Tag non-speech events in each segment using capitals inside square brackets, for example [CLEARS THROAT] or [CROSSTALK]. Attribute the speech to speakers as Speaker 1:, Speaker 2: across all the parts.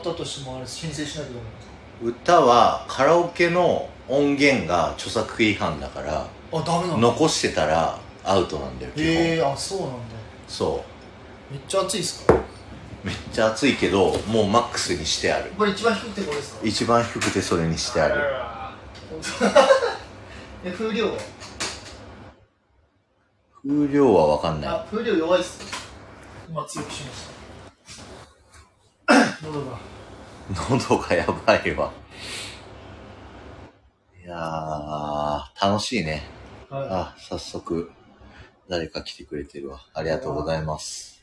Speaker 1: ったとしてもあれ申請しないとダメなんです
Speaker 2: 歌はカラオケの音源が著作権違反だから
Speaker 1: かあダメなんだ
Speaker 2: 残してたらアウトなんだよ基本、
Speaker 1: へえあそうなんだ
Speaker 2: そ
Speaker 1: めっちゃ暑いっすかやっ
Speaker 2: うめっちゃ暑いけどもうマックスにしてある
Speaker 1: ぱり一番低くてこれですか
Speaker 2: 一番低くてそれにしてある
Speaker 1: あるえ風量は
Speaker 2: 風量は分かんない
Speaker 1: あ風量弱いっす今強くしました [COUGHS] 喉が
Speaker 2: 喉がやばいわいやー楽しいね
Speaker 1: はい
Speaker 2: あ早速誰か来てくれてるわありがとうございます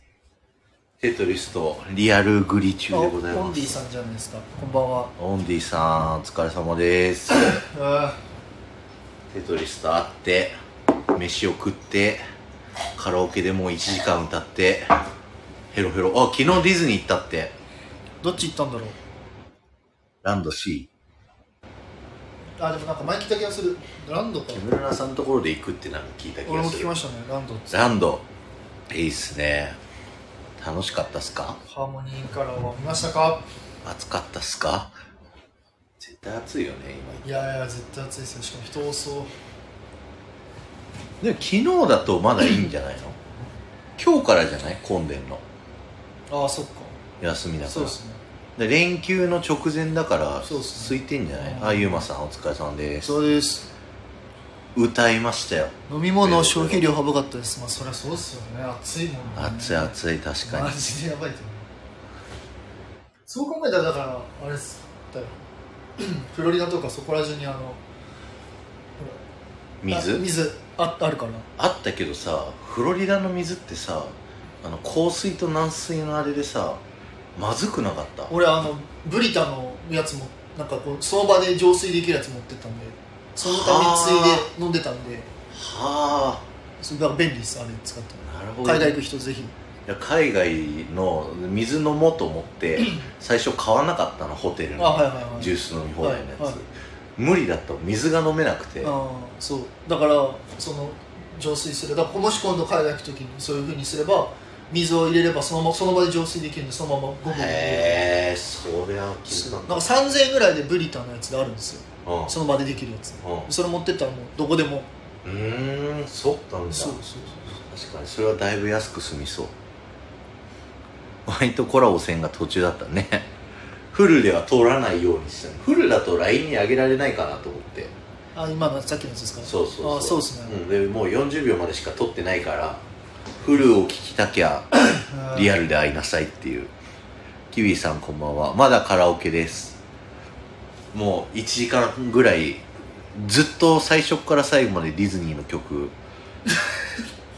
Speaker 2: テトリスとリアルグリ中
Speaker 1: あ
Speaker 2: でござい
Speaker 1: オ
Speaker 2: ま
Speaker 1: ンディ
Speaker 2: す
Speaker 1: さんじゃないですかこんばんは
Speaker 2: オンディさんお疲れ様です
Speaker 1: あ
Speaker 2: テトリスと会って飯を食ってカラオケでもう1時間歌ってヘロヘロあ昨日ディズニー行ったって
Speaker 1: ーどっち行ったんだろう
Speaker 2: ランド C
Speaker 1: あでもなんか前聞いた気がするランドか
Speaker 2: 木村さんのところで行くってなんか聞いた気
Speaker 1: 俺
Speaker 2: が
Speaker 1: も
Speaker 2: す
Speaker 1: 聞き
Speaker 2: る
Speaker 1: ましたねランドって
Speaker 2: ランドいいっすね楽しかったっすか
Speaker 1: ハーモニーカラーは見ましたか
Speaker 2: 暑かったっすか絶対暑いよね
Speaker 1: いやいや絶対暑いですよしかも人多そう
Speaker 2: 今でも昨日だとまだいいんじゃないの今日からじゃない混んでんの
Speaker 1: ああそっか
Speaker 2: 休みだから
Speaker 1: そうですね
Speaker 2: で連休の直前だから
Speaker 1: そうっす
Speaker 2: 空いてんじゃない、
Speaker 1: うん
Speaker 2: あゆうまさんお疲れさんです
Speaker 1: そうです
Speaker 2: 歌いましたよ
Speaker 1: 飲み物消費量はばかったですまあそりゃそうですよね暑いもんね
Speaker 2: 暑い暑い確か
Speaker 1: マ
Speaker 2: に
Speaker 1: ジでやばいと思うそう考えたらだからあれっすだよフロリダとかそこら中にあのほらあ
Speaker 2: 水
Speaker 1: 水ああるから
Speaker 2: あったけどさフロリダの水ってさあの硬水と軟水のあれでさまずくなかった
Speaker 1: 俺あのブリタのやつもなんかこうその場で浄水できるやつ持ってったんでそのためについで飲んでたんで
Speaker 2: は
Speaker 1: それだから便利ですあれ使って
Speaker 2: あなるほど
Speaker 1: 海外
Speaker 2: い
Speaker 1: 行く人ぜひ
Speaker 2: や海外の水飲もうと
Speaker 1: [CLEARS THROAT]
Speaker 2: 思って最初買わなかったのホテル
Speaker 1: あはい
Speaker 2: の
Speaker 1: はいはい
Speaker 2: ジュース飲み放題のやつ、
Speaker 1: はいはい
Speaker 2: 無理だった水が飲めなくて
Speaker 1: あーそうだからその浄水するだからもし今度海外行く時にそういうふうにすれば水を入れればそのままその場で浄水できるんでそのまま5分で入れる
Speaker 2: へえそりゃ気づ
Speaker 1: なん
Speaker 2: か
Speaker 1: か
Speaker 2: なかっ
Speaker 1: 3000円ぐらいでブリタのやつがあるんですよ
Speaker 2: たうん
Speaker 1: その場でできるやつ
Speaker 2: うん
Speaker 1: それ持ってったらもうどこでも
Speaker 2: うーんそうだったんだ
Speaker 1: そうそうそう
Speaker 2: 確かにそれはだいぶ安く済みそうワイとコラボ戦が途中だったね [LAUGHS] フルでは通らないようにしたねフルだと LINE に上げられないかなと思って
Speaker 1: あ今のさっきのやつですから
Speaker 2: そうそうそう
Speaker 1: あそうですね、
Speaker 2: ん、でもう40秒までしか撮ってないからフルを聞きたきゃリ
Speaker 1: ア
Speaker 2: アルで会いなさいっていうキウイさんこんばんはまだカラオケですもう1時間ぐらいずっと最初から最後までディズニーの曲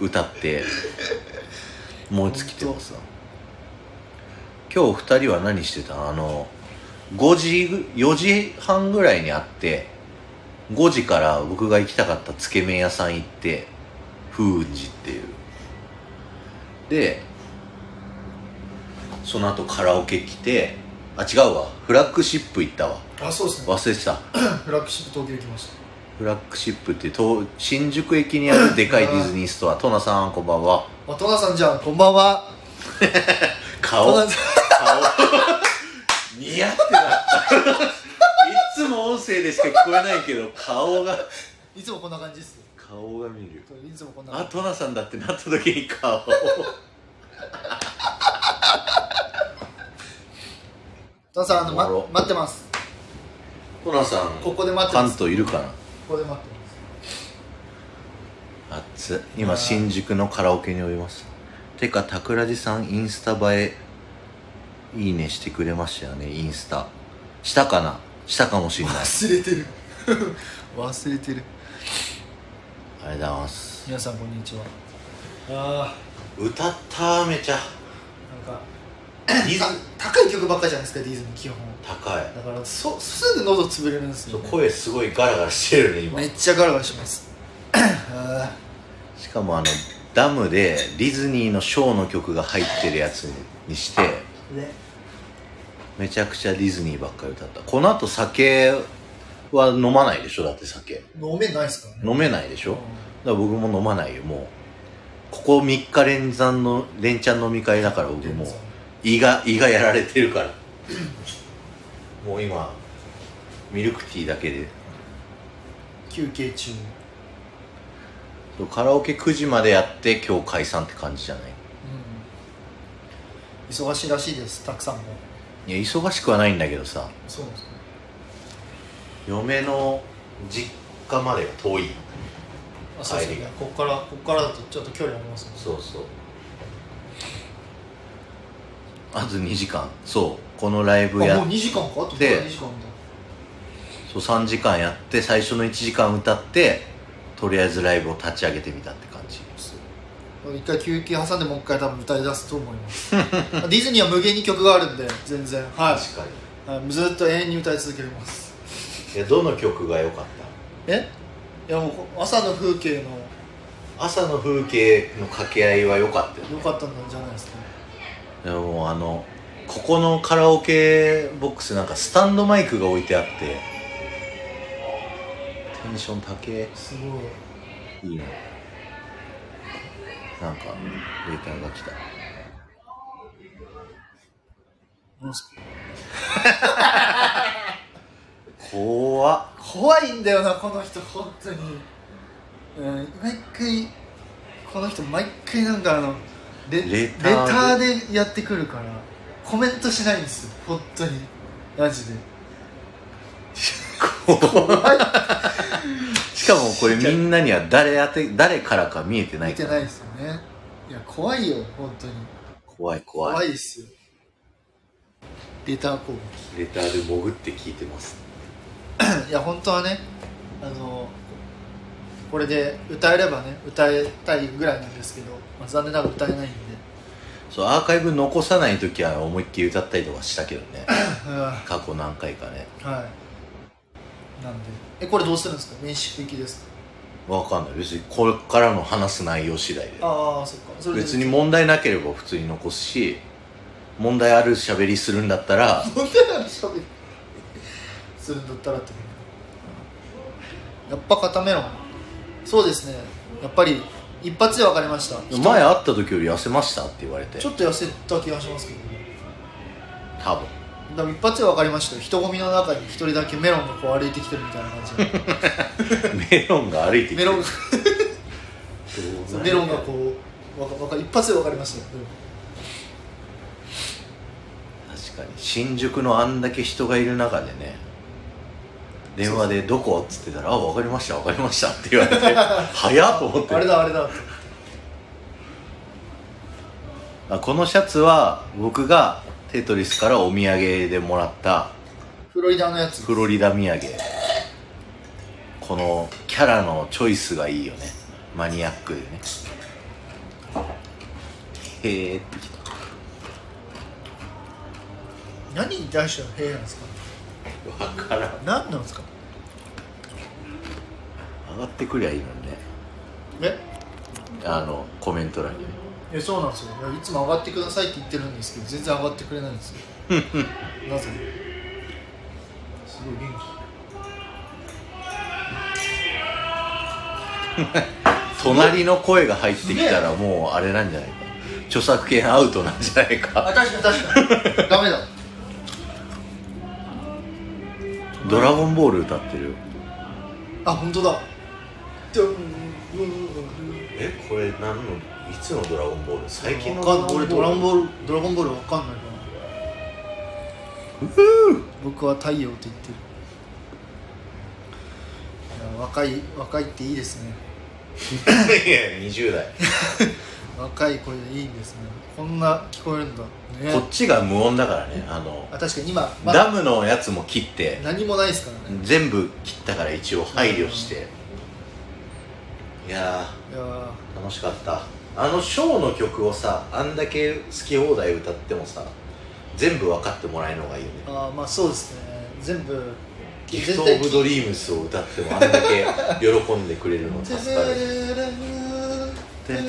Speaker 2: 歌って燃え尽きてますわ今日2人は何してたのあの5時ぐ4時半ぐらいに会って5時から僕が行きたかったつけ麺屋さん行って風雲寺っていうでその後カラオケ来てあ違うわフラッグシップ行ったわ
Speaker 1: あそうですね
Speaker 2: 忘れてた
Speaker 1: フラッグシップ東京行きました
Speaker 2: フラッグシップっていう東新宿駅にあるでかいディズニーストアトナさんこんばんは
Speaker 1: あトナさんじゃんこんばんは
Speaker 2: 顔
Speaker 1: ト
Speaker 2: 顔
Speaker 1: ナさん
Speaker 2: 似合ってなかったいつも音声でしか聞こえないけど顔が
Speaker 1: いつもこんな感じです
Speaker 2: 顔が見る
Speaker 1: いつもこんな
Speaker 2: あ
Speaker 1: 感
Speaker 2: トナさんだってなった時に顔
Speaker 1: じトナさんあの、ま
Speaker 2: おもろ、
Speaker 1: 待ってます
Speaker 2: トナさん
Speaker 1: ここで待ってま
Speaker 2: 関
Speaker 1: すこ
Speaker 2: 東いるかな
Speaker 1: こで待ってます
Speaker 2: あっつ今新宿のカラオケにおりますてか桜地さんインスタ映えいいねしてくれましたよねインスタしたかなしたかもしれない
Speaker 1: 忘れてる [LAUGHS] 忘れてる
Speaker 2: ありがとうございます
Speaker 1: 皆さんこんにちはあ
Speaker 2: 歌っためちゃ
Speaker 1: ーなんか
Speaker 2: ディズ
Speaker 1: た高い曲ばっかじゃないですかディズニー基本
Speaker 2: 高い
Speaker 1: だからそすぐ喉潰れるんです
Speaker 2: ち
Speaker 1: よ、
Speaker 2: ょっと
Speaker 1: ね、
Speaker 2: 声すごいガラガラしてるね今
Speaker 1: めっちゃガラガラします [COUGHS] あ
Speaker 2: しかもあのダムでディズニーのショーの曲が入ってるやつにして
Speaker 1: ーで
Speaker 2: めちゃくちゃディズニーばっかり歌ったこの後酒は飲まないでしょだって酒
Speaker 1: 飲めないですからね
Speaker 2: 飲めないでしょ、
Speaker 1: うん
Speaker 2: だから僕も飲まないよもうここ3日連山の連チャン飲み会だから僕もう
Speaker 1: で
Speaker 2: 胃が胃がやられてるからもう今ミルクティーだけで
Speaker 1: 休憩中に
Speaker 2: そうカラオケ9時までやって今日解散って感じじゃない
Speaker 1: うん忙しいらしいですたくさんも
Speaker 2: いや忙しくはないんだけどさ
Speaker 1: そうなんですね
Speaker 2: 嫁の実家までが遠い
Speaker 1: あそうです
Speaker 2: 帰り
Speaker 1: ね
Speaker 2: が
Speaker 1: ここからここからだとちょっと距離ありますもんね
Speaker 2: そうそうあと2時間そうこのライブ
Speaker 1: あ
Speaker 2: や
Speaker 1: もう2時間かあとここから
Speaker 2: で
Speaker 1: 2時間だ
Speaker 2: そう3時間やって最初の1時間歌ってとりあえずライブを立ち上げてみたって感じ
Speaker 1: 一回休憩挟んでもう一回多分歌い出すと思います [LAUGHS] ディズニーは無限に曲があるんで全然はい
Speaker 2: かに
Speaker 1: はいずっと永遠に歌い続けます
Speaker 2: えどの曲が良かっ
Speaker 1: えいやもうこ朝の風景の
Speaker 2: た朝の風景の掛け合いは良かったよね
Speaker 1: 良かったんじゃないですか
Speaker 2: でももうあのここのカラオケボックスなんかスタンドマイクが置いてあってテンション高え
Speaker 1: すごい
Speaker 2: いいねなんかレターが来た
Speaker 1: もう
Speaker 2: 怖っ
Speaker 1: 怖いんだよなこの人本当に、うん、毎回この人毎回なんかあのレ
Speaker 2: レタ
Speaker 1: レタ
Speaker 2: ー
Speaker 1: ーでやってくるからコメントしないんですよ本当にマジで
Speaker 2: 怖っ
Speaker 1: 怖い
Speaker 2: しかもこれみんなには誰当て誰からか見えてない
Speaker 1: 見て
Speaker 2: から
Speaker 1: ないですよねいや怖いよ本当に
Speaker 2: 怖い怖い
Speaker 1: 怖いですよレター攻 [LAUGHS]
Speaker 2: レターで潜って聞いてます
Speaker 1: 撃いや本当はねあのこれで歌えればね歌いたいぐらいなんですけど、まあ、残念ながら歌えないん [LAUGHS] で
Speaker 2: そうアーカイブ残さない時は思いっきり歌ったりとかしたけどね
Speaker 1: うん
Speaker 2: 過去何回かね
Speaker 1: はい。なんで。え、これどうするんですか面識的ですか
Speaker 2: わかんない別にこれからの話す内容次第で
Speaker 1: ああ、そっか。それで
Speaker 2: 別に問題なければ普通に残すし問題ある喋りするんだったら
Speaker 1: 問題なる喋り [LAUGHS] するんだったらってことやっぱ固めろ。そうですね。やっぱり、一発で分かりました。
Speaker 2: 前
Speaker 1: 人
Speaker 2: 会った時より痩せましたって言われて
Speaker 1: ちょっと痩せた気がしますけどね。
Speaker 2: 多分
Speaker 1: でも一発で分かりましたよ。人混みの中に一人だけメロンがこう歩いてきてるみたいな感じ [LAUGHS] で。
Speaker 2: [LAUGHS] メロンが歩いてきて
Speaker 1: メロンが、
Speaker 2: どうなる
Speaker 1: メロンがこう、わかわか一発で分かりましたよ。
Speaker 2: 確かに新宿のあんだけ人がいる中でね電話で「どこ?」っつってたら「あ分かりました分かりました」って言わ
Speaker 1: [LAUGHS]
Speaker 2: れて早っと思って
Speaker 1: あれだ、あれだ。
Speaker 2: あこのシャツは僕がテトリスからお土産でもらった
Speaker 1: フロリダのやつ。
Speaker 2: フロリダ土産このキャラのチョイスがいいよねマニアックでねへえってきた
Speaker 1: 何に対しての平なんですか
Speaker 2: 分からん
Speaker 1: 何なんですか
Speaker 2: 上がってくりゃいいのにね
Speaker 1: え
Speaker 2: あのコメント欄にね
Speaker 1: えそうなんですよいやいつも上がってくださいって言ってるんですけど全然上がってくれないんですよ [LAUGHS] なぜすごい元
Speaker 2: 隣の声が入ってきたらもうあれなんじゃないか著作権アウトなんじゃない
Speaker 1: 気あ
Speaker 2: か
Speaker 1: 確かに確かにダメだ
Speaker 2: 「ドラゴンボール」歌ってる
Speaker 1: あ本当 [LAUGHS] だドゥンドゥン
Speaker 2: えこれ何のいつの「ドラゴンボール」最
Speaker 1: ドゥンわかんない俺ドラゴンボールドラゴンボールわかんないかな僕は太陽と言ってるいや若い若いっていいですね
Speaker 2: [LAUGHS] いや20代
Speaker 1: 若い声でいいんですねこんな聞こえるんだね
Speaker 2: こっちが無音だからねあの
Speaker 1: あ確かに今まだ
Speaker 2: ダムのやつも切って
Speaker 1: 何もないですからね
Speaker 2: 全部切ったから一応配慮していや
Speaker 1: いやー
Speaker 2: ー楽しかったあのショーの曲をさあんだけ好き放題歌ってもさ全部分かってもらえるのがいいよね
Speaker 1: あーまあそうですね全部
Speaker 2: ギフト・オブ・ドリームスを歌ってもあんだけ喜んでくれるの助
Speaker 1: 全
Speaker 2: かる「テデ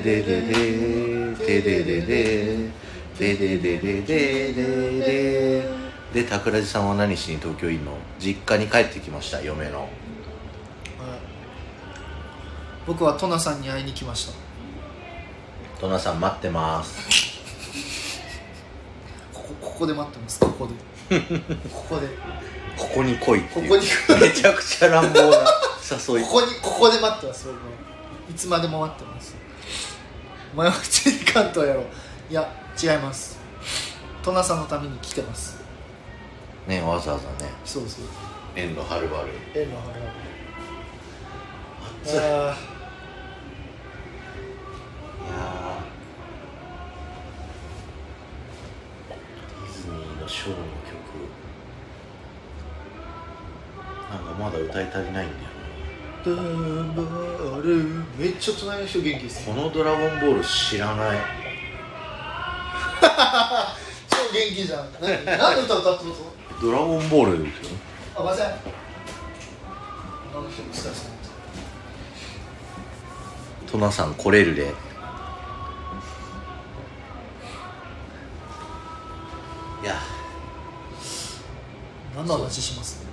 Speaker 2: デデデデテデデデテデデデデデデ」で桜地さんは何しに東京いんの実家に帰ってきました嫁の
Speaker 1: はい僕はトナさんに会いに来ました
Speaker 2: トナさん待ってます
Speaker 1: ここここで待ってますここで [LAUGHS] ここで
Speaker 2: ここに来いっていう
Speaker 1: ここに来
Speaker 2: めちゃくちゃ乱暴な誘い
Speaker 1: ここにここで待ってます僕はいつまでも待ってますお前は普通に関東やろういや違いますトナさんのために来てます
Speaker 2: [LAUGHS] ねわざわざね
Speaker 1: そうそう
Speaker 2: 遠路はるばる
Speaker 1: 縁の払
Speaker 2: 暑
Speaker 1: い
Speaker 2: い
Speaker 1: あ
Speaker 2: いやーディズニーのショーの曲なんかまだ歌い足りないんだよ
Speaker 1: ードンボールめっちゃ隣の人元気です
Speaker 2: な
Speaker 1: ね
Speaker 2: この「ドラゴンボール」知らない
Speaker 1: 超元気じゃん何何の歌歌ってます
Speaker 2: 「ドラゴンボール」ですよね
Speaker 1: あ、ません。あの人、お疲れ様です。
Speaker 2: トナさん来れるでいや
Speaker 1: 何の話します。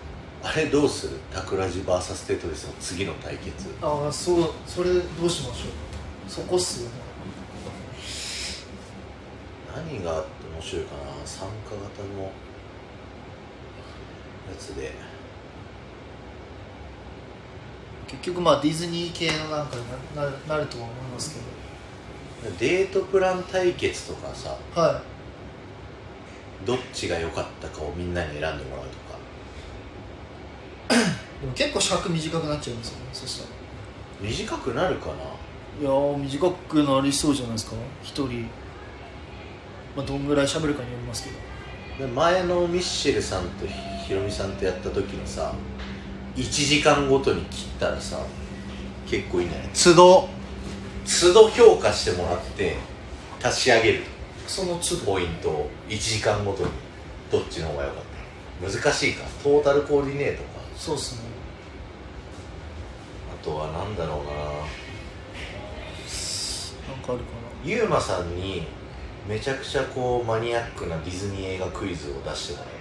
Speaker 2: あれどうするタクラジ VS テトリスの次の対決
Speaker 1: あ、そう、それ、どうしましょう。そこっすよね。
Speaker 2: 何があって面白いかな参加型のやつで
Speaker 1: 結局、まあ、ディズニー系のなんかにな、なる、なるとは思いますけ
Speaker 2: デートプラン対決とかさ
Speaker 1: ど。は
Speaker 2: どっちが良かったかをみんなに選んでもらうとか
Speaker 1: い。でも、結構尺短くなっちゃいますよね。そしたら。
Speaker 2: 短くなるかない
Speaker 1: やー、短くなりそうじゃないですか。一人。まあ、どんぐらい喋るかによりますけど。
Speaker 2: で前のミッシェルさんとヒロミさんとやった時のさ1時間ごとに切ったらさ結構いいんじゃない都度都度評価してもらって足し上げる
Speaker 1: その都度。
Speaker 2: ポイントを1時間ごとにどっちの方が良かった難しいかトータルコーディネートか
Speaker 1: そうっすね。
Speaker 2: あとは何だろうな
Speaker 1: なんかあるか
Speaker 2: ユーマさんにめちゃくちゃこうマニアックなディズニー映画クイズを出してもらう
Speaker 1: な。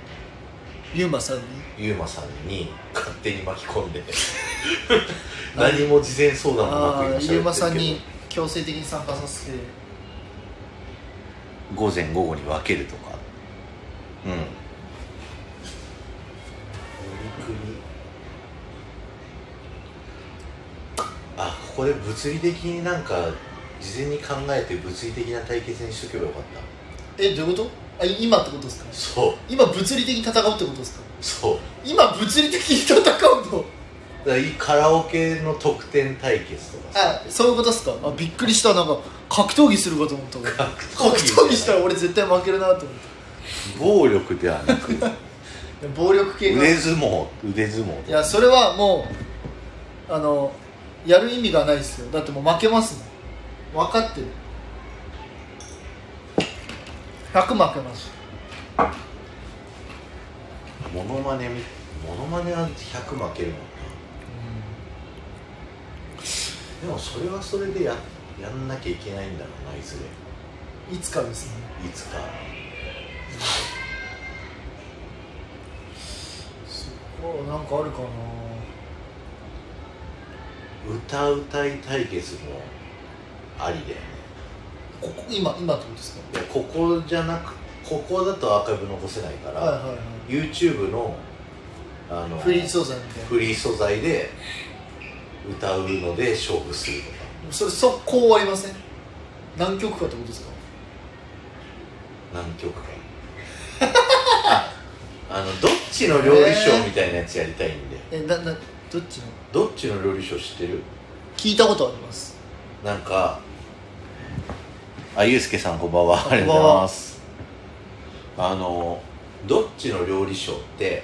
Speaker 1: ユーマさんに。
Speaker 2: ユーマさんに勝手に巻き込ん
Speaker 1: [LAUGHS]
Speaker 2: で何も事前相談
Speaker 1: あ
Speaker 2: も
Speaker 1: あ
Speaker 2: なく今喋っ
Speaker 1: ー、
Speaker 2: てるけど
Speaker 1: ユーマさんに強制的に参加させて。
Speaker 2: 午前午後に分けるとかうんあここで物理的になんか事前に考えて物理的な対決にしとけばよかった
Speaker 1: えどういうことあい今ってことですか
Speaker 2: そう
Speaker 1: 今物理的に戦うってことですか
Speaker 2: そう
Speaker 1: 今物理的に戦うの
Speaker 2: だからいカラオケの得点対決とかさ
Speaker 1: あそういうことですかあびっくりしたなんか格闘技するかと思った俺格
Speaker 2: 格
Speaker 1: 闘技した
Speaker 2: ら
Speaker 1: ら [LAUGHS] 俺絶対負けるなと思って
Speaker 2: 暴力ではな [LAUGHS] く
Speaker 1: いや暴力系が
Speaker 2: 腕
Speaker 1: い
Speaker 2: 相撲腕相撲とか
Speaker 1: やそれはもうあのやる意味がないですよだってもう負けますもん分かってる100負けます
Speaker 2: モノマネみモノマネは100負けるもんなでもそれはそれでややんなきゃいけないんだろうないずれ
Speaker 1: いつかですね
Speaker 2: いつか
Speaker 1: そこなんかあるかな
Speaker 2: 歌うたい対決もありだよね
Speaker 1: ここ今今ってことです
Speaker 2: いやここじゃなくここだとアーカイブ残せないか、
Speaker 1: からはいはいはい
Speaker 2: YouTube のあの
Speaker 1: フリー素材みたい
Speaker 2: フリー素材で歌うので勝負するとか
Speaker 1: なそれ速攻終わりません何曲かってことですか
Speaker 2: 何曲かああのどっちの料理ショーみたいなやつやりたいんで、
Speaker 1: えななどっちの
Speaker 2: どっちの料理ショー知ってる
Speaker 1: 聞いたことあります
Speaker 2: なんかあゆうすけさんこんばんはあ
Speaker 1: あ
Speaker 2: り
Speaker 1: り
Speaker 2: が
Speaker 1: がとう
Speaker 2: とうご
Speaker 1: ござ
Speaker 2: ざい
Speaker 1: い
Speaker 2: ま
Speaker 1: ます
Speaker 2: あのどっちの料理ショーって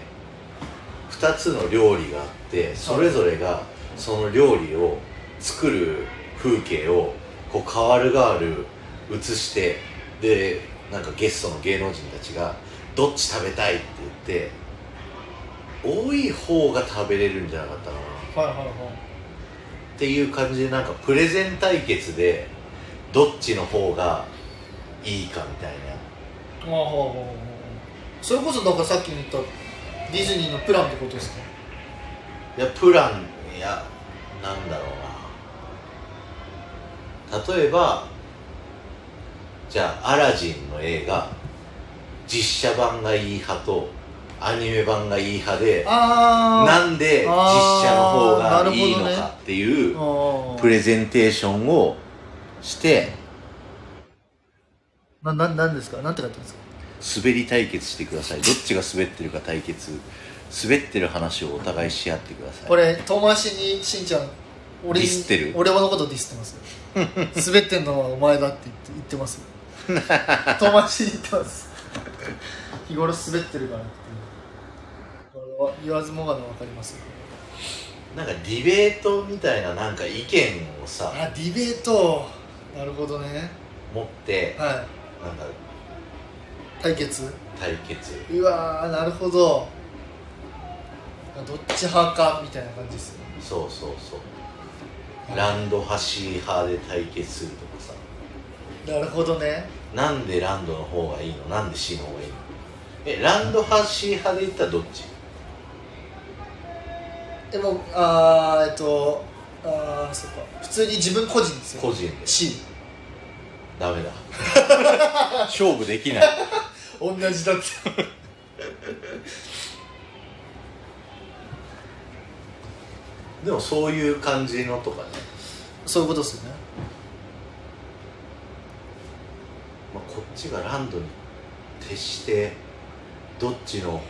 Speaker 2: 2つの料理があってそれぞれがその料理を作る風景をこう変わる変わる映してでなんかゲストの芸能人たちが「どっち食べたい?」って言って多い方が食べれるんじゃなかったかな
Speaker 1: はいはいはい
Speaker 2: っていう感じでなんかプレゼン対決でどっちの方がいいかみたい
Speaker 1: ああはあはあはあそれこそなんかさっき言ったディズニーのプランってことですか
Speaker 2: ないやプランいやなんだろうな例えばじゃあ「アラジン」の映画実写版がいい派とアニメ版がいい派で
Speaker 1: ああ
Speaker 2: なんで実写の方
Speaker 1: あーなるほ
Speaker 2: が
Speaker 1: どね
Speaker 2: いいのかっていう
Speaker 1: あ
Speaker 2: プ
Speaker 1: ー
Speaker 2: レゼンテーションをして
Speaker 1: なななんですかなんて書いてあるんですか
Speaker 2: 滑り対決してくださいどっちが滑ってるか対決滑ってる話をお互いし合ってください
Speaker 1: これ遠回しにしんちゃん俺に
Speaker 2: ディスってる
Speaker 1: 俺のことディスってます
Speaker 2: [LAUGHS]
Speaker 1: よ滑ってんのはお前だって言って言ってますよ遠回しに言ってます日頃滑ってるからってこれは言わずもがな分かりますよ
Speaker 2: なんかディベートみたいななんか意見をさ
Speaker 1: あディベートなるほどね
Speaker 2: 持って
Speaker 1: は
Speaker 2: なんか
Speaker 1: い対決
Speaker 2: 対決
Speaker 1: うわーなるほどどっち派かみたいな感じですね
Speaker 2: そうそうそうランド端派で対決するとか
Speaker 1: な
Speaker 2: さ
Speaker 1: るほどね
Speaker 2: なんでランドの方がいいのなんで C の方がいいのえランド派 C 派で言ったらどっち
Speaker 1: でもあーえっとあーそっか普通に自分個人ですよ
Speaker 2: 個人で
Speaker 1: C
Speaker 2: ダメだ [LAUGHS] 勝負できない
Speaker 1: 同じ
Speaker 2: [LAUGHS]
Speaker 1: だって
Speaker 2: でもそういう感じのとかね、
Speaker 1: そういうことですよね
Speaker 2: まあ、こっちがランドに徹してどっちの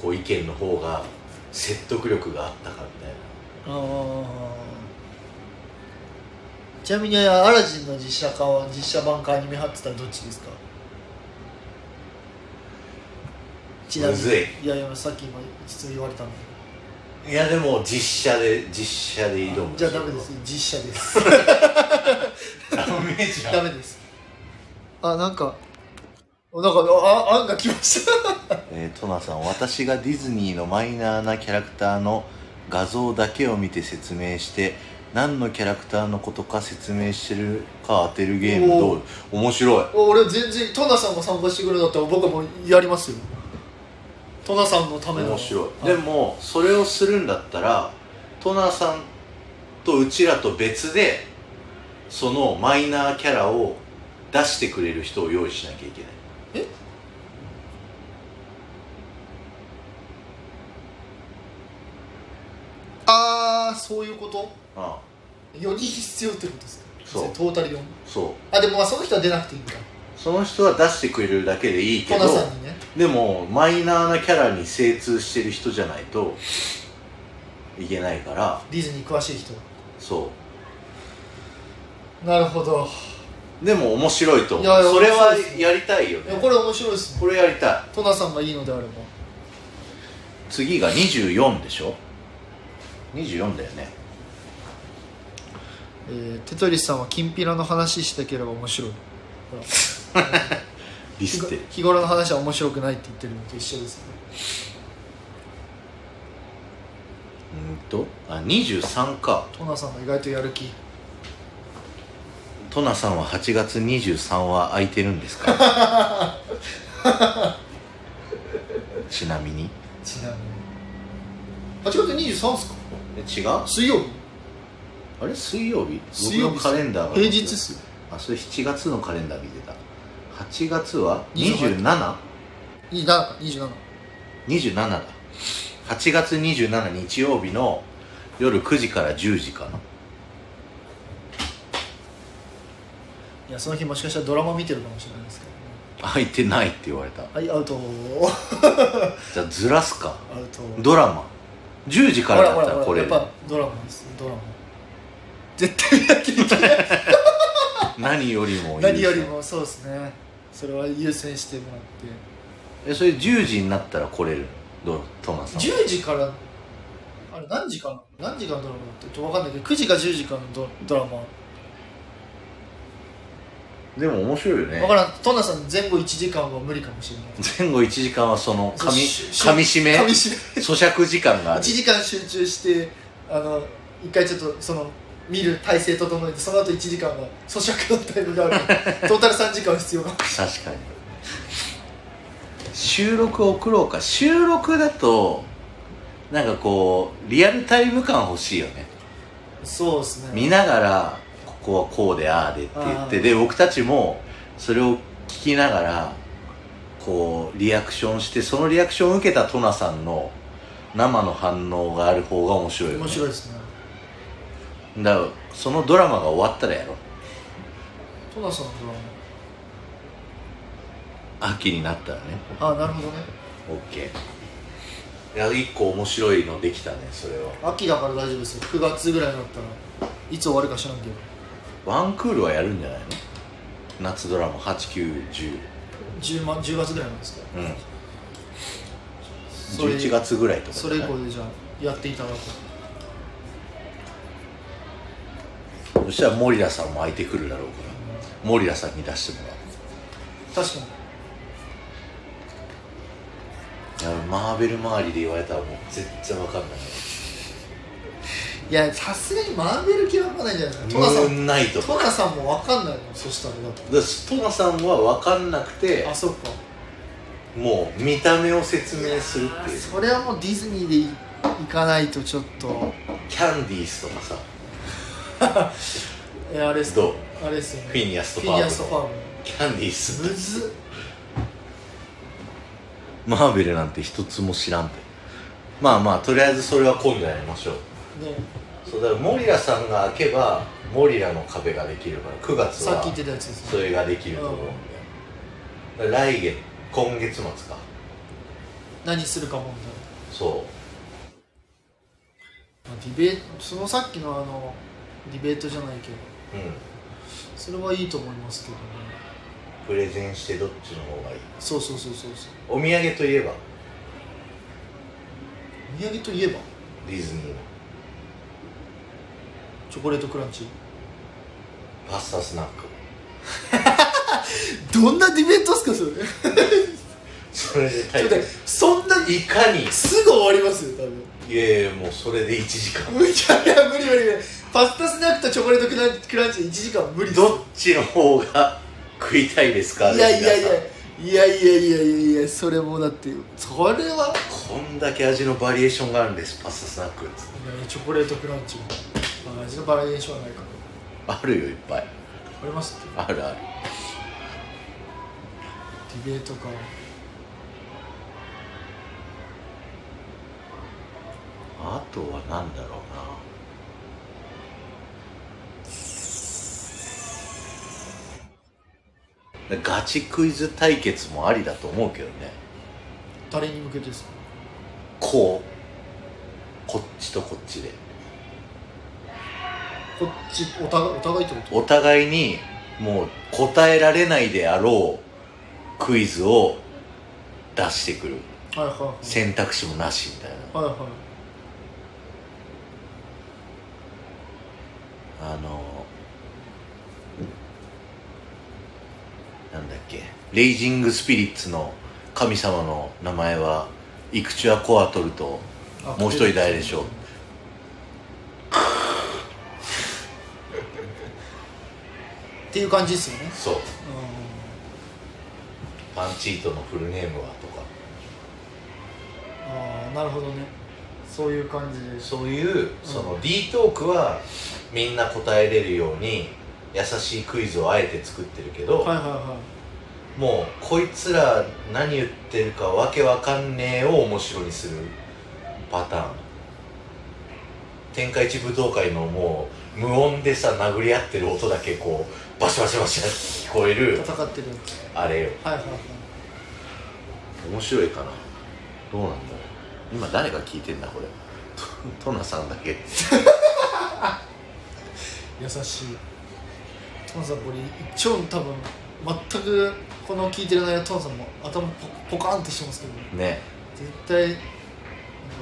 Speaker 2: こう意見の方が説得力があったかみたいな
Speaker 1: あーちなみにアラジンの実写化は実写版かアニメ派って言ったらどっちですかちなみ
Speaker 2: む
Speaker 1: に
Speaker 2: ずい
Speaker 1: いやいやさっき今質問言われたんで
Speaker 2: いやでも実写で実写で挑む
Speaker 1: じゃあダメです実写です
Speaker 2: [LAUGHS] ダメじ
Speaker 1: [LAUGHS] ダメですあなんかなんかあ案が来ました [LAUGHS]
Speaker 2: えートナさん私がディズニーのマイナーなキャラクターの画像だけを見て説明して何のキャラクターのことか説明してるか当てるゲームどう面白い
Speaker 1: 俺全然トナさんが参加してくれるんだったら僕はもうやりますよトナさんのための
Speaker 2: 面白い
Speaker 1: で
Speaker 2: でもそれをするんだったらトナさんとうちらと別でそのマイナーキャラを出してくれる人を用意しなきゃいけない
Speaker 1: ああそういうこと
Speaker 2: ああ
Speaker 1: 4人必要ってことですか
Speaker 2: そう
Speaker 1: トータル4
Speaker 2: そう
Speaker 1: あでもまあその人は出なくていいんだ
Speaker 2: その人は出してくれるだけでいいけ
Speaker 1: ト
Speaker 2: ど
Speaker 1: ナさんにね
Speaker 2: でもマイナーなキャラに精通してる人じゃないといけないから
Speaker 1: ディズニー詳しい人
Speaker 2: そ
Speaker 1: なるほど
Speaker 2: うでも面白いと思
Speaker 1: いや
Speaker 2: う
Speaker 1: いや
Speaker 2: それは
Speaker 1: 面白いです
Speaker 2: やりたいよ
Speaker 1: いや
Speaker 2: ね
Speaker 1: これ面白いですね
Speaker 2: これやりたい
Speaker 1: トナさんがいいのであれば
Speaker 2: 次が24でしょ24だよね
Speaker 1: えーテトリスさんはきんぴらの話したければ面白いほら
Speaker 2: リスってる
Speaker 1: 日頃の話は面白くないって言ってるのと一緒ですね
Speaker 2: うーんとあ23か
Speaker 1: トナさんが意外とやる気
Speaker 2: トナさんは8月23は空いてるんですか
Speaker 1: [LAUGHS]
Speaker 2: ちなみに
Speaker 1: ちなみに8月23っすか
Speaker 2: え違うあ
Speaker 1: 水曜日
Speaker 2: れ水曜日
Speaker 1: 水曜日っ
Speaker 2: 僕
Speaker 1: す
Speaker 2: のカレンダーが
Speaker 1: 平日っすよ
Speaker 2: あそれ7月のカレンダー見てた8月は
Speaker 1: 27
Speaker 2: 27?27
Speaker 1: 27か27
Speaker 2: だ8月27日曜日の夜9時から10時かない
Speaker 1: やその日もしかしたらドラマ見てるかもしれないですけどね
Speaker 2: 空いてないって言われた
Speaker 1: はいアウト
Speaker 2: じゃあずらすか
Speaker 1: アウト
Speaker 2: ドラマ10時からだったらこれ
Speaker 1: やっぱドラマですドラマ絶対見なきゃいけない
Speaker 2: 何よりもいい
Speaker 1: 何よりもそうですねそれは優先してもらっ
Speaker 2: えそれ10時になったら来れるどトナさん
Speaker 1: て10時からあれ何時かな何時からドラマだってちょっと分かんないけど9時か10時からのドドラマ
Speaker 2: でも面白いよ
Speaker 1: 分
Speaker 2: ね
Speaker 1: からんトンナさん前後1時間は無理かもしれない
Speaker 2: 前後1時間はその噛み
Speaker 1: しし
Speaker 2: 噛み締め
Speaker 1: 噛み締め
Speaker 2: 咀嚼時間が
Speaker 1: 1
Speaker 2: ある
Speaker 1: 時間集中してあの一回ちょっとその見る体勢整えてその後1時間は咀嚼のタイム [LAUGHS] があるトータル3時間は必要かも
Speaker 2: 確かに収録送ろうか収録だとなんかこうリアルタイム感欲しいよね
Speaker 1: そうです
Speaker 2: 見
Speaker 1: ね
Speaker 2: ながらここはこうでああでって言
Speaker 1: あ
Speaker 2: って
Speaker 1: ー
Speaker 2: で僕たちもそれを聞きながらこうリアクションしてそのリアクションを受けたトナさんの生の反応がある方が面白いよね
Speaker 1: 面白いですね
Speaker 2: だからそのドラマが終わったらやろ
Speaker 1: トナさんの
Speaker 2: 秋になったらね
Speaker 1: ドラマあなるほどね
Speaker 2: OK いや一個面白いのできたねそれは
Speaker 1: 秋だから大丈夫ですよ9月ぐらいになったらいつ終わるか知らんけど
Speaker 2: ワンクールはやるんじゃないの夏ドラマ8910
Speaker 1: 10, 万10月ぐらいなんですか
Speaker 2: うん
Speaker 1: それ
Speaker 2: 11月ぐらいとかじ
Speaker 1: そ
Speaker 2: ゃな
Speaker 1: れ
Speaker 2: い
Speaker 1: 以降でじゃあやっていただく
Speaker 2: そしたら森田さんも空いてくるだろうから森田さんに出してもらう
Speaker 1: 確かに
Speaker 2: いやマーベル周りで言われたらもう全然わかんない
Speaker 1: いやさすがにマーベル系は分かんないんじゃないですかト
Speaker 2: ム
Speaker 1: ナさ
Speaker 2: ー
Speaker 1: ん
Speaker 2: ンナイトだか
Speaker 1: トナさんも分かんないのそしたらだっ
Speaker 2: らトナさんはわかんなくて
Speaker 1: てあそっか
Speaker 2: もう見た目を説明するっていう
Speaker 1: それはもうディズニーでい行かないとちょっと
Speaker 2: キャンディーズとかさ
Speaker 1: えあれです
Speaker 2: どう
Speaker 1: あれですよね
Speaker 2: フィニアスと
Speaker 1: フ
Speaker 2: ファ
Speaker 1: ィニ
Speaker 2: ーブ
Speaker 1: アストファーム
Speaker 2: キャンディーズ
Speaker 1: むずっ
Speaker 2: マーベルなんて一つも知らんてまあまあとりあえずそれは今度やりましょう
Speaker 1: ね
Speaker 2: そうだからモリラさんが開けばモリラの壁ができるから9月
Speaker 1: さっ
Speaker 2: は
Speaker 1: き言ってたやつです
Speaker 2: そ
Speaker 1: ね
Speaker 2: れができると思うんで来月今月末か
Speaker 1: 何するか問題、
Speaker 2: そ
Speaker 1: まあ、ディベートそのさっきのあのディベートじゃないけど
Speaker 2: ううん
Speaker 1: それはいいと思いますけどね
Speaker 2: プレゼンしてどっちの方がいい
Speaker 1: そうそうそうそうそう
Speaker 2: お土産といえば
Speaker 1: お土産といえば
Speaker 2: ディズニーの
Speaker 1: チョコレートクランチ
Speaker 2: パスタスナック
Speaker 1: どんなディベートっすかそれち
Speaker 2: それで
Speaker 1: ょっ
Speaker 2: 対
Speaker 1: と待っ
Speaker 2: 決
Speaker 1: てそんない
Speaker 2: かに
Speaker 1: すぐ終わりますよ多分
Speaker 2: いやいやもうそれで1時間
Speaker 1: 無理いやいや無理無理無理パスタスナックとチョコレートクランチクランチ1時間は無理です
Speaker 2: どっちの方が食いたいですか
Speaker 1: いやいやい
Speaker 2: 皆
Speaker 1: や
Speaker 2: さん
Speaker 1: いやいやいやいやいやそれもうだってそれは
Speaker 2: こんだけ味のバリエーションがあるんですパスタスナック
Speaker 1: チョコレートクランチまあ味のバラエーションはないかな
Speaker 2: あるよいっぱい
Speaker 1: ありますって
Speaker 2: あるある
Speaker 1: ディベートか
Speaker 2: あとは何だろうなガチクイズ対決もありだと思うけどね
Speaker 1: 誰に向けてですか
Speaker 2: こうこっちとこっちで
Speaker 1: こっちお互いお互いってこと
Speaker 2: お互いにもう答えられないであろうクイズを出してくる
Speaker 1: はいはいはい
Speaker 2: 選択肢もなしみたいな
Speaker 1: はいはい
Speaker 2: あのなんだっけレイジングスピリッツの神様の名前はイクチュア・コアトルと
Speaker 1: あ
Speaker 2: もう一人誰でしょう
Speaker 1: っていう感じですよね
Speaker 2: そう
Speaker 1: うん
Speaker 2: パンチートのフルネームはとか
Speaker 1: ああなるほどねそういう感じで
Speaker 2: そういうその D トークはみんな答えれるように優しいクイズをあえて作ってるけど、
Speaker 1: はいはいは
Speaker 2: もうこいつら何言ってるかわけわかんねえを面白にするパターン天下一武道会のもう無音でさ殴り合ってる音だけこうバシバシバシバシ聞こえ
Speaker 1: い
Speaker 2: る
Speaker 1: 戦ってるや
Speaker 2: あれよ
Speaker 1: つはいはいはい
Speaker 2: 面白いかなどうなんだろう今誰が聞いてんだこれトトナさんだけ
Speaker 1: 優しいトンさんこれ一応多分全くこの聞いてる間トンさんも頭ポポカーンってしてますけど
Speaker 2: ね
Speaker 1: 絶対
Speaker 2: い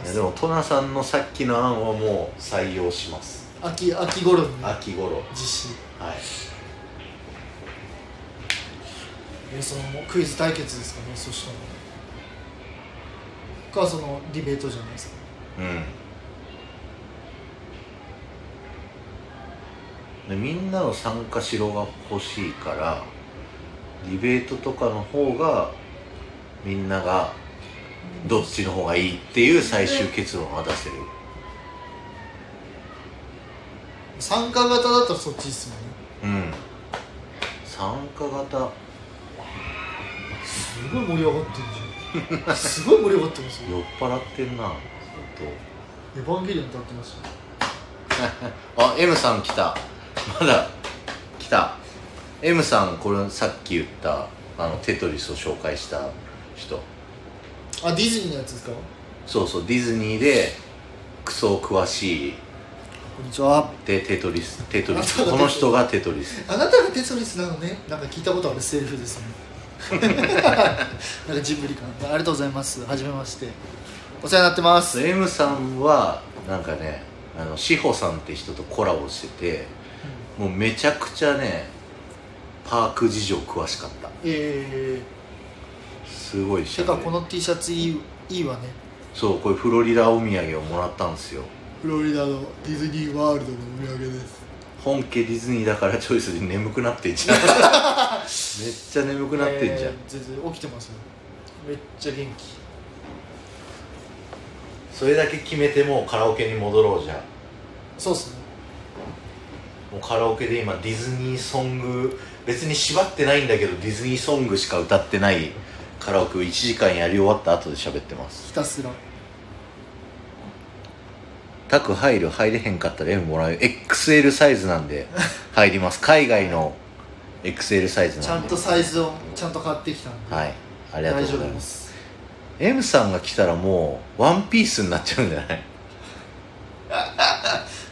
Speaker 2: やでもトナさんのさっきの案はもう採用します
Speaker 1: 秋秋頃に
Speaker 2: 秋頃
Speaker 1: 実施
Speaker 2: はい
Speaker 1: えそのクイズ対決ですかねそしたらかそのディベートじゃないですか
Speaker 2: でみんなの参加しろが欲しいからディベートとかの方がみんながどっちの方がいいっていう最終結論は出せる
Speaker 1: 参加型だったらそっちですもんね
Speaker 2: うん参加型
Speaker 1: すごい盛り上がってるじ [LAUGHS] ゃんすごい盛り上がってますよ
Speaker 2: 酔っ払ってんなほん
Speaker 1: エヴァンゲリオン歌ってましたよ
Speaker 2: とあ M さん来たまだ来た M さんこれさっき言ったあのテトリスを紹介した人
Speaker 1: あディズニーのやつですかこ
Speaker 2: そうそうディズニーでクソ詳し
Speaker 1: ん
Speaker 2: い
Speaker 1: にちは
Speaker 2: でテトリステトリス
Speaker 1: あそうだ
Speaker 2: この人がテトリス
Speaker 1: あなたがテトリスなのねなんか聞いたことあるセリフ [LAUGHS] ですねなんかジブリかなありがとうございますはじめましてお世話になってます
Speaker 2: そう M さんはなんかねあの志保さんって人とコラボしててもうめちゃくちゃねパーク事情詳しかった
Speaker 1: え
Speaker 2: すごい
Speaker 1: ー、
Speaker 2: して
Speaker 1: かこの T シャツいいいいわね
Speaker 2: そうこれフロリダお土産をもらったんですよ
Speaker 1: フロリダのディズニーワールドのお土産です
Speaker 2: 本家ディズニーだからチョイスで眠くなってんじ [LAUGHS] ゃんめっちゃ眠くなってんじゃん、
Speaker 1: えー全然起きてますよめっちゃ元気
Speaker 2: それだけ決めてもうカラオケに戻ろうじゃん
Speaker 1: そうっすね
Speaker 2: もうカラオケで今ディズニーソング別に縛ってないんだけどディズニーソングしか歌ってないカラオケを1時間やり終わった後で喋ってます
Speaker 1: ひたすら
Speaker 2: タク入る入れへんかったら M もらう XL サイズなんで入ります海外の XL サイズ
Speaker 1: ち
Speaker 2: な
Speaker 1: ゃ
Speaker 2: ん
Speaker 1: ん
Speaker 2: で
Speaker 1: とサイズをちゃんと買ってきたんで、
Speaker 2: はいありがと
Speaker 1: 大
Speaker 2: う
Speaker 1: 丈
Speaker 2: ござい
Speaker 1: 夫
Speaker 2: ま
Speaker 1: ですす
Speaker 2: M さんが来たらもうワンピースになっちゃうんじゃない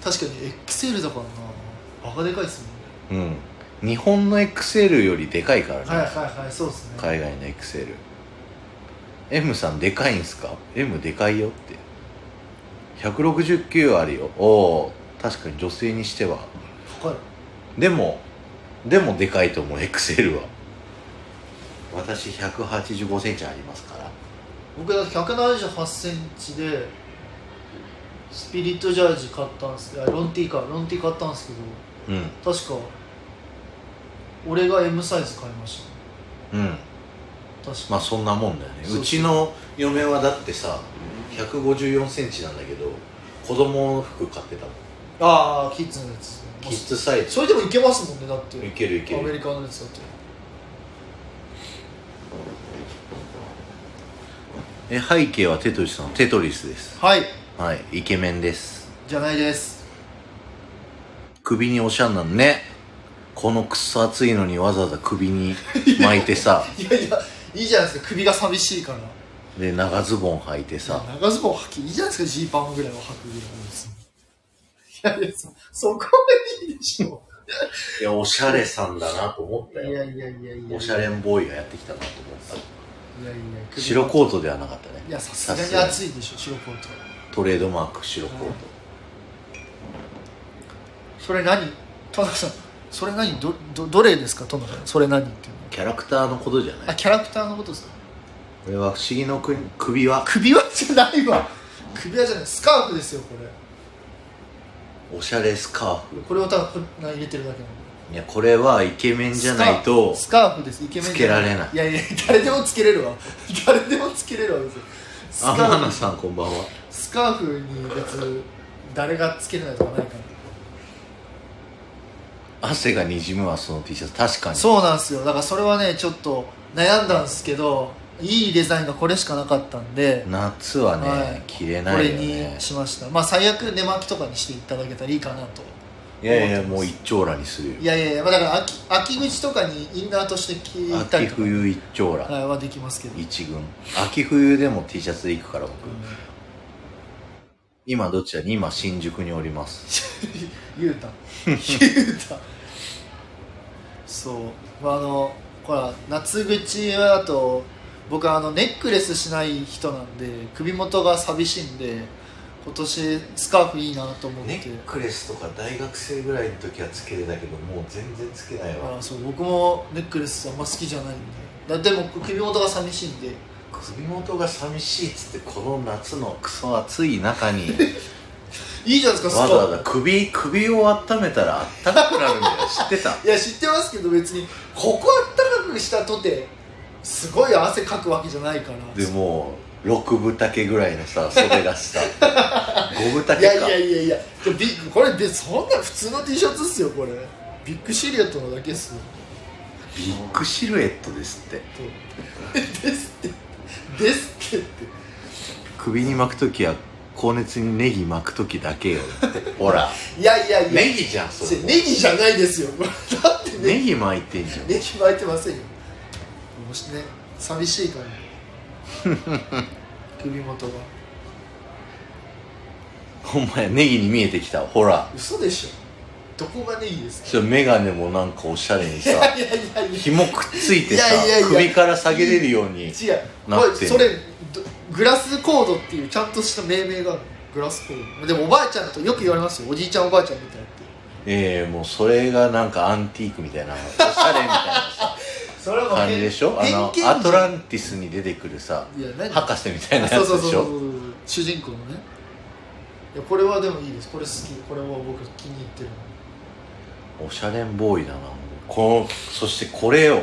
Speaker 1: 確かに XL だからなバカでかいっすもんね
Speaker 2: うん日本の XL よりでかいからね、
Speaker 1: はいはいはいそうっすね
Speaker 2: 海外の XL M さんでかいんすか M でかいよって169あるよおお確かに女性にしては
Speaker 1: 高い
Speaker 2: でもでもでかいと思う XL は私1 8 5センチありますから
Speaker 1: 僕だって178センチでスピリットジャージ買ったんですけどロンティーかロンティー買ったんですけど
Speaker 2: うん
Speaker 1: 確か俺が M サイズ買いまし
Speaker 2: うん
Speaker 1: た確か
Speaker 2: まあそんなもんだよね
Speaker 1: そうそう
Speaker 2: うちの嫁はだってさ1 5 4センチなんだけど子供の服買ってたもん
Speaker 1: ああキッズのやつですね
Speaker 2: キッズサイズ
Speaker 1: それでもいけますもんねだって
Speaker 2: いけるいけ
Speaker 1: アメ
Speaker 2: る
Speaker 1: リカのやつだって
Speaker 2: え背景はテトリスのテトリスです
Speaker 1: はい
Speaker 2: はいイケメンです
Speaker 1: じゃないです
Speaker 2: 首におしゃんなんねこのくっそ暑いのにわざわざ首に巻いてさ [LAUGHS]
Speaker 1: いやいやいいじゃないですか首が寂しいから
Speaker 2: で長ズボン履いてさ
Speaker 1: 長ズボン履きいいじゃないですかジーパンぐらいは履くぐらいですいやいやそそこがいいでしょ
Speaker 2: いやおしゃれさんだなと思っ
Speaker 1: い
Speaker 2: た
Speaker 1: やい
Speaker 2: よ
Speaker 1: やいやいやいや
Speaker 2: おしゃれんボーイがやってきたなと思っ
Speaker 1: いやいや
Speaker 2: た白コートではなかったね
Speaker 1: いやさすがに暑いでしょ白コート
Speaker 2: トレードマーク白コート
Speaker 1: それ何田中さんそれ何どどどれですか田中さんそれ何っていうの
Speaker 2: キャラクターのことじゃな
Speaker 1: あ
Speaker 2: い
Speaker 1: キャラクターのことですか
Speaker 2: これは不思議の国首は
Speaker 1: 首輪じゃないわ首輪じゃないスカーフですよこれ
Speaker 2: おしゃれスカーフ
Speaker 1: これをただこんな入れてるだけなの
Speaker 2: いやこれはイケメンじゃないと
Speaker 1: スカーフですイケメン
Speaker 2: つけられない
Speaker 1: いやいや誰でもつけれるわ誰でもつけれるわ別にスカ
Speaker 2: 天
Speaker 1: ー
Speaker 2: 花
Speaker 1: フ
Speaker 2: さんこんばんは
Speaker 1: スカーフに別に誰がつけるないとかないか
Speaker 2: 汗がにじむわその T シャツ確からに
Speaker 1: そうなんですよだからそれはねちょっと悩んだんですけどいいデザインがこれしかなかったんで
Speaker 2: 夏はね、
Speaker 1: はい
Speaker 2: 着れ
Speaker 1: こ
Speaker 2: ない
Speaker 1: れ
Speaker 2: よね
Speaker 1: にしましたまあ最悪寝巻きとかにしていただけたらいいかなと
Speaker 2: いやいやもう一丁羅にするよ
Speaker 1: いやいやいや、まあ、だから秋秋口とかにインナーとして着た
Speaker 2: 秋
Speaker 1: りとか
Speaker 2: 冬一丁羅、
Speaker 1: はいはできますけど、
Speaker 2: 一軍秋冬でも T シャツで行くから僕
Speaker 1: う
Speaker 2: 今どちらに今新宿におります
Speaker 1: ん、
Speaker 2: [LAUGHS]
Speaker 1: ゆうたゆうたそう、まあ、あのほら夏口はあと僕あのネックレスしない人なんで首元が寂しいんで今年スカーフいいなと思って、
Speaker 2: クレスとか大学生ぐらいの時はつけてたけどもう全然つけない
Speaker 1: あーそう僕もネックレスあんま好きじゃないんでだでも首元が寂しいんで
Speaker 2: 首元が寂しいっつってこの夏のクソ暑い中 [LAUGHS] に
Speaker 1: いいじゃないですかスカ
Speaker 2: わ
Speaker 1: ー
Speaker 2: ざ
Speaker 1: フ
Speaker 2: わざ首首を温めたらあったかくなるんだよ知ってた
Speaker 1: いや知ってますけど別にここあったかくしたとてすごい汗かくわけじゃないから
Speaker 2: でもう6分丈ぐらいのさ袖が [LAUGHS] さ5分丈か
Speaker 1: いやいやいやいやでびこれでそんな普通の T シャツっすよこれビッグシルエットのだけっすよ
Speaker 2: ビッグシルエットですって
Speaker 1: ですってですってって
Speaker 2: 首に巻く時は高熱にネギ巻く時だけよ
Speaker 1: [LAUGHS]
Speaker 2: ってほら
Speaker 1: いやいやいや
Speaker 2: ギじゃん
Speaker 1: それネギじゃないですよ [LAUGHS] だってね
Speaker 2: ネギ巻いてんじゃん
Speaker 1: ネギ巻いてませんよもしね寂しいから
Speaker 2: [LAUGHS]
Speaker 1: 首元が
Speaker 2: ほんまやネギに見えてきたほら
Speaker 1: 嘘でしょどこがネギですか
Speaker 2: ちょ眼鏡もなんかおしゃれにさ
Speaker 1: い [LAUGHS] やいやいやいや
Speaker 2: 紐くっついてさ
Speaker 1: いやいやいや
Speaker 2: 首から下げれるように
Speaker 1: 違う
Speaker 2: な
Speaker 1: こ
Speaker 2: ってん
Speaker 1: れそ
Speaker 2: の
Speaker 1: れどグラスコードっていうちゃんとした命名があるグラスコードでもおばあちゃんとよく言われますよおじいちゃんおばあちゃんみたいって
Speaker 2: ええもうそれがなんかアンティークみたいなおしゃれみたいな
Speaker 1: [LAUGHS]
Speaker 2: さ
Speaker 1: それは
Speaker 2: 感じでしょあのアトランティスに出てくるさ
Speaker 1: いや何
Speaker 2: 博士みたいなや
Speaker 1: そうそう
Speaker 2: つ
Speaker 1: そ
Speaker 2: で
Speaker 1: う
Speaker 2: し
Speaker 1: そう
Speaker 2: ょ
Speaker 1: 主人公のねいやこれはでもいいですこれ好きこれは僕気に入ってる
Speaker 2: おしゃれんボーイだなこのそしてこれよ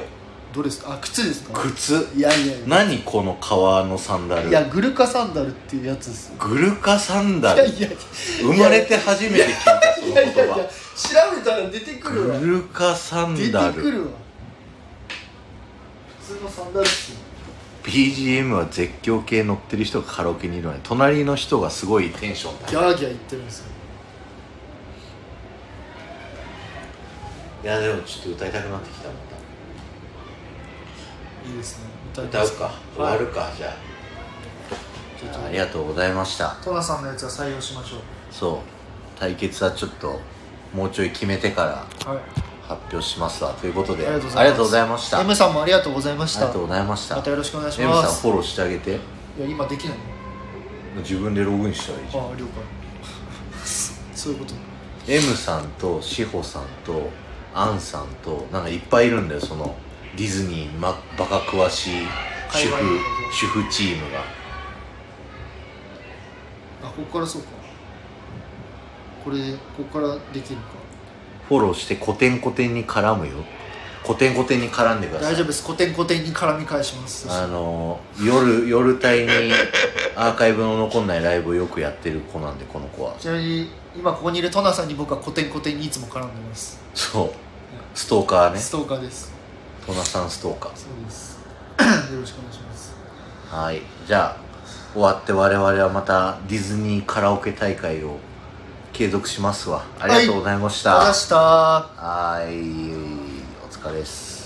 Speaker 1: どれですかあ靴ですか
Speaker 2: 靴
Speaker 1: いやいやいや
Speaker 2: 何この革のサンダル
Speaker 1: いやグルカサンダルっていうやつですよ
Speaker 2: グルカサンダ
Speaker 1: いや
Speaker 2: ル
Speaker 1: いやい
Speaker 2: 生まれて初めて聞いたその
Speaker 1: や
Speaker 2: 言
Speaker 1: いやいや
Speaker 2: 葉
Speaker 1: 調べたら出てくるわ
Speaker 2: グルカサ
Speaker 1: 出
Speaker 2: ンダ
Speaker 1: てく
Speaker 2: ル
Speaker 1: るわ普通のサンダルっすよ
Speaker 2: BGM は絶叫系乗ってる人がカラオケにいるのに隣の人がすごいテンション高い
Speaker 1: ギャーギャー言ってるんですよ
Speaker 2: いやでもちょっと歌いたくなってきたもん
Speaker 1: いいですね歌
Speaker 2: ない歌
Speaker 1: ま
Speaker 2: う
Speaker 1: す
Speaker 2: か終
Speaker 1: は
Speaker 2: わ
Speaker 1: い
Speaker 2: るかじゃ
Speaker 1: ちょっ
Speaker 2: ああ
Speaker 1: と
Speaker 2: りがとうございました
Speaker 1: トナさんのやつは採用しましょう
Speaker 2: そう対決はちょっともうちょい決めてから
Speaker 1: はい
Speaker 2: 発表しますわということで
Speaker 1: ありがとうございます
Speaker 2: ありがとうございましたあり
Speaker 1: M さんもありがとうございました
Speaker 2: がとうございました
Speaker 1: またよろしくお願いし
Speaker 2: M さん
Speaker 1: ます
Speaker 2: フォローしてあげて
Speaker 1: いや今できない
Speaker 2: 自分でログインしたらいいじゃん
Speaker 1: のああ了解 [LAUGHS] そういうこと
Speaker 2: M さんと志保さんとアンさんとなんかいっぱいいるんだよそのディズニー、ま、バカ詳しい主婦
Speaker 1: 海外の
Speaker 2: 主婦チームが
Speaker 1: あここからそうかこれここからできるか
Speaker 2: フォローしてコテンコテンに絡むよコテンコテンに絡んでください
Speaker 1: 大丈夫です古典古典に絡み返します
Speaker 2: あの夜夜帯にアーカイブの残んないライブをよくやってる子なんでこの子は
Speaker 1: ちなみに今ここにいるトナさんに僕は古典古典にいつも絡んでます、
Speaker 2: そうストーカーね
Speaker 1: ストーカーです
Speaker 2: トナさんストーカ
Speaker 1: そうですよろしくお願いします
Speaker 2: ーはいじゃあ終わって我々はまたディズニーカラオケ大会を継続しますわありがとうございました、
Speaker 1: ありがとうございました
Speaker 2: はい、お疲れっす。